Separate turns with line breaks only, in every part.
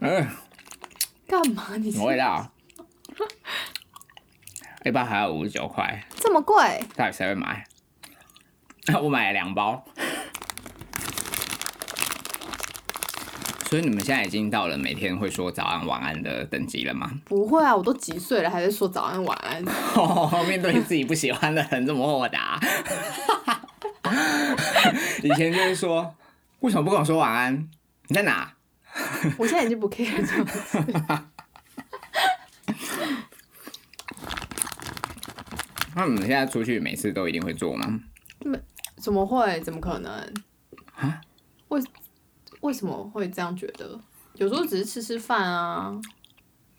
哎，
干 嘛你
什么味道？一包还要五十九块，
这么贵？
到底谁会买？啊我买了两包，所以你们现在已经到了每天会说早安晚安的等级了吗？
不会啊，我都几岁了，还在说早安晚安。
面对自己不喜欢的人这么豁达， 以前就会说为什么不跟我说晚安？你在哪？
我现在已经不 care 这 种事。
那你们现在出去每次都一定会做吗？
怎么会？怎么可能？
啊
为为什么会这样觉得？有时候只是吃吃饭啊，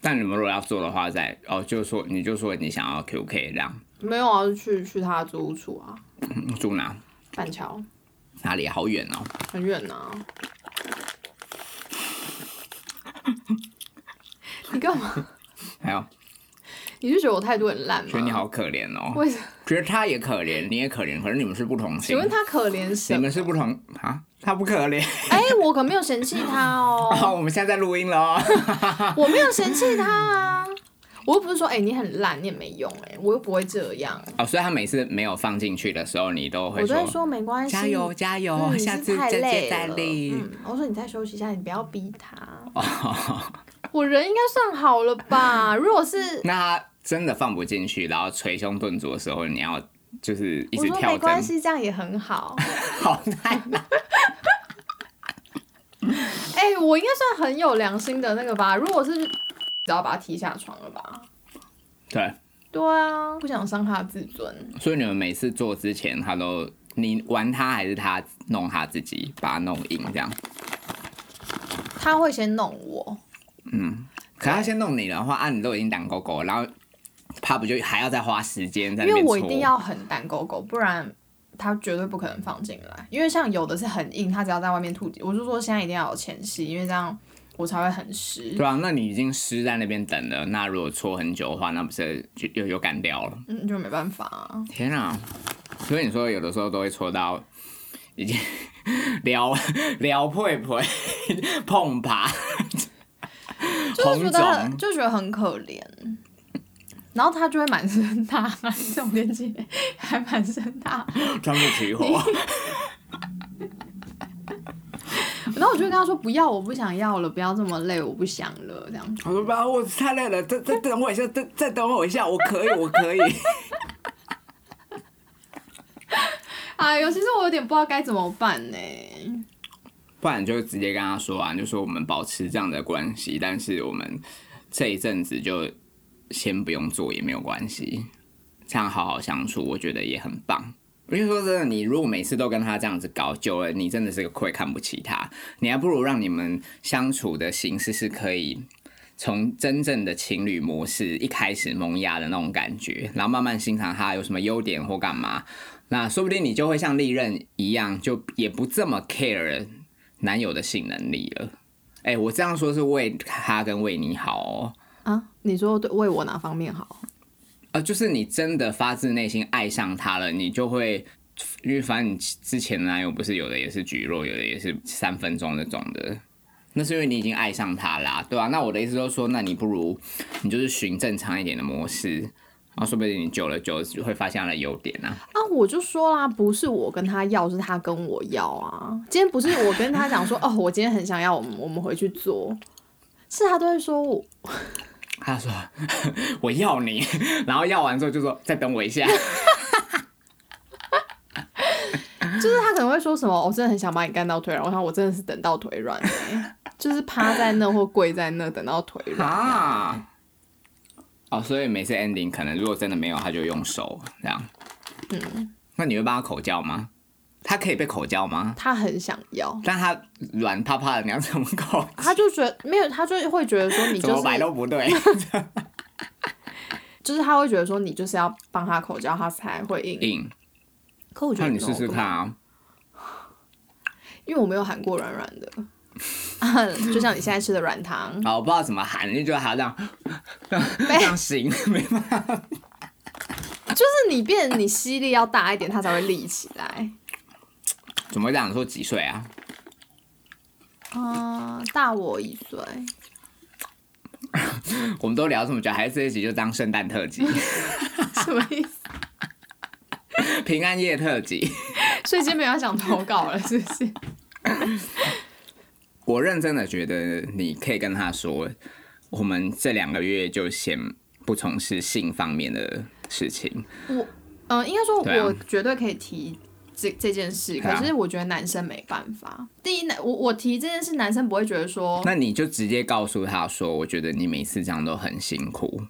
但你们如果要做的话在，哦，就说你就说你想要 QK 这样，
没有啊，就去去他的租屋处啊，
嗯住哪？
板桥
哪里啊好远哦。
很远 啊。你干嘛？
还有，
你是觉得我态度很烂吗？
觉得你好可怜哦，
为什么？
觉得他也可怜，你也可怜，可是你们是不同
请
情
问，他可怜
你
什么
们？是不同啊，他不可怜。
哎、我可没有嫌弃他哦，
好，我们现在在录音了哦。
我没有嫌弃他啊。我又不是说，哎、你很烂，你也没用、哎，我又不会这样。
哦，所以他每次没有放进去的时候，你都
我
会
都
说
会说没关系，
加油加油，
嗯你
下
是
次
太
再接
累
再哦
了
厉。
嗯，我说你再休息一下，你不要逼他。嗯我人应该算好了吧？如果是
那他真的放不进去，然后捶胸顿足的时候，你要就是一
我
直
说
跳
没关
针，
系，这样也很好。
好难啊。
哎、我应该算很有良心的那个吧？如果是只要把他踢下床了吧？
对，
对啊，不想伤他的自尊。
所以你们每次做之前，他都你玩他还是他弄他自己，把他弄赢这样。
他会先弄我，
可他先弄你的话，啊，你都已经挡勾勾，然后他不就还要再花时间在
因
那
为
边
我
搓？
一定要很胆狗狗，不然他绝对不可能放进来。因为像有的是很硬，他只要在外面吐，我就说现在一定要有前戏，因为这样我才会很湿。
对啊，那你已经湿在那边等了，那如果搓很久的话，那不是就又又干掉了？
嗯，就没办法、啊。
天啊！所以你说有的时候都会搓到已经 撩撩配配 碰爬，
就是
红
觉得
肿。
就觉得很可怜，然后他就会满身大汗， 这种年纪还满身大汗，
穿不起火，
然后我就跟他说不要，我不想要了，不要这么累，我不想了，这样。
我说爸，我太累了，再再等我一下，再再等我一下，我可以，我可以。
哎呦，其实我有点不知道该怎么办呢、
不然就直接跟他说啊，你就说我们保持这样的关系，但是我们这一阵子就先不用做也没有关系，这样好好相处，我觉得也很棒。因为说真的，你如果每次都跟他这样子搞久了，你真的是会看不起他。你还不如让你们相处的形式是可以从真正的情侣模式一开始萌芽的那种感觉，然后慢慢欣赏他有什么优点或干嘛。那说不定你就会像利刃一样，就也不这么 care 男友的性能力了。哎、我这样说是为他跟为你好哦。
啊，你说对为我哪方面好？
呃，就是你真的发自内心爱上他了，你就会，因为反正你之前的男友不是有的也是橘肉，有的也是三分钟那种的，那是因为你已经爱上他啦、对啊，那我的意思就是说，那你不如你就是寻正常一点的模式，然后说不定你久了久了就会发现他的优点啊。
啊，我就说啦，不是我跟他要，是他跟我要啊。今天不是我跟 他讲说，哦，我今天很想要，我们我们回去做，是他都会说我
他说 我要你， 然后要完之后就说再等我一下。
就是他可能会说什么，哦我真的很想把你干到腿软，然后我真的是等到腿软、欸，就是趴在那或跪在那等到腿软。
啊。哦，所以每次 ending 可能如果真的没有，他就用手这样。
嗯
那你会帮他口交吗？他可以被口交吗？
他很想要，
但他软趴趴的，你要怎么口？
他就觉得没有，他就会觉得说你
怎
就
么
是
摆都不 对。
就是他会觉得说你就是要帮他口交，他才会硬。
硬，
可我觉
那
得
你
no，
试试看啊。
因为我没有喊过软软 的， 就像你现在吃的软糖，
啊，我不知道怎么喊，就觉得他这 样这样 行，没办法。
就是你变得你吸力要大一点，它才会立起来。
怎么会这样？你说几岁啊？
嗯、大我一岁，
我们都聊这么久，还是这一集就当圣诞特辑、
什么意思？
平安夜特辑。
所以今天没有要想投稿了，是不 是？
我认真的觉得你可以跟他说，我们这两个月就先不从事性方面的事情。
我，呃，应该说，
对啊
我绝对可以提这这件事，
对啊
可是我觉得男生没办法。第一，男我我提这件事，男生不会觉得说，
那你就直接告诉他说，我觉得你每次这样都很辛苦，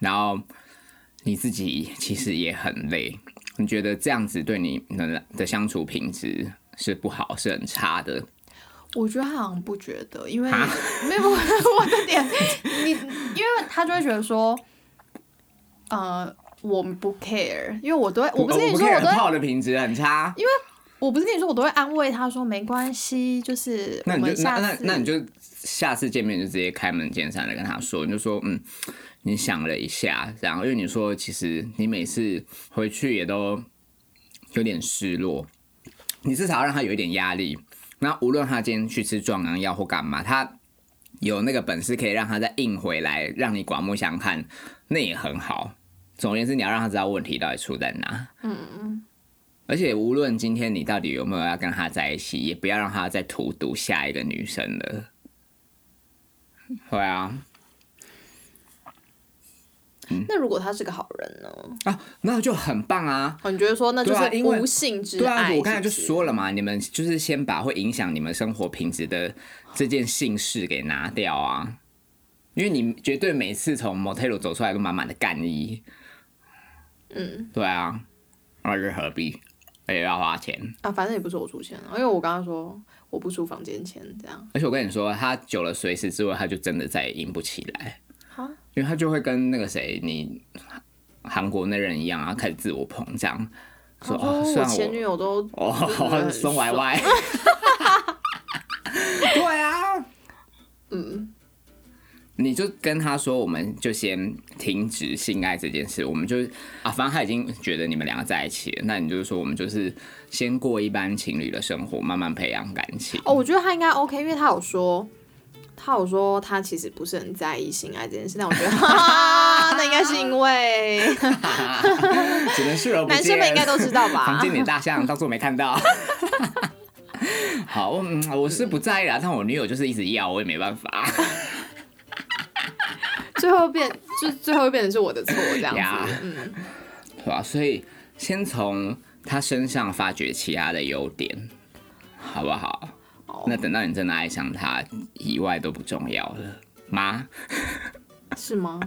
然后你自己其实也很累，你觉得这样子对你的的相处品质是不好，是很差的。
我觉得他好像不觉得，因为
啊
没有我的点， 你因为他就会觉得说，呃，我们不 care，因为我都会，我不是跟你说，
哦我
我
不
都
care
会，
泡的品质很差，
我不是跟你说，我都会安慰他说没关系，就是
那
我
你
们
就那
下
那
次，
那你就下次见面就直接开门见山的跟他说，你就说嗯，你想了一下，然后因为你说其实你每次回去也都有点失落，你至少要让他有一点压力。那无论他今天去吃壮阳药或干嘛，他有那个本事可以让他再硬回来，让你刮目相看，那也很好。总而言之，你要让他知道问题到底出在哪。而且无论今天你到底有没有要跟他在一起，也不要让他再荼毒下一个女生了。对啊，
那如果他是个好人呢？
啊，那就很棒啊！
哦，你觉得说那就
对啊
是
因为
无性之
对啊，
爱？
我刚才就是
不是
说了嘛，你们就是先把会影响你们生活品质的这件姓氏给拿掉啊，因为你绝对每次从 motel 走出来都满满的干意。嗯，对啊，那是何必？而且要花钱。
啊，反正也不是我出钱了，因为我刚刚说我不出房间钱，这样
而且我跟你说，他久了随时之后，他就真的再也硬不起来。
哈，
因为他就会跟那个谁，你韩国那人一样啊，开始自我膨胀，说哦，虽
我
然
前女
我
友都觉得
哦
很
松歪歪，对啊，
嗯，
你就跟他说，我们就先停止性爱这件事，我们就啊，反正他已经觉得你们两个在一起了，那你就是说，我们就是先过一般情侣的生活，慢慢培养感情。
哦，我觉得他应该 OK，因为他有说，他有说他其实不是很在意性爱这件事，但我觉得哈哈，那应该是因 为
只能视而不见。
男生们应该都知道啊吧
房间里的大象，当做没看到。 好，嗯，我是不在意啦，但我女友就是一直要，我也没办法
最后变就最后变成是我的错这 样
呀
子，嗯，
对吧、所以先从他身上发掘其他的优点，好不好？
哦
那等到你真的爱上他以外都不重要了吗？
是吗？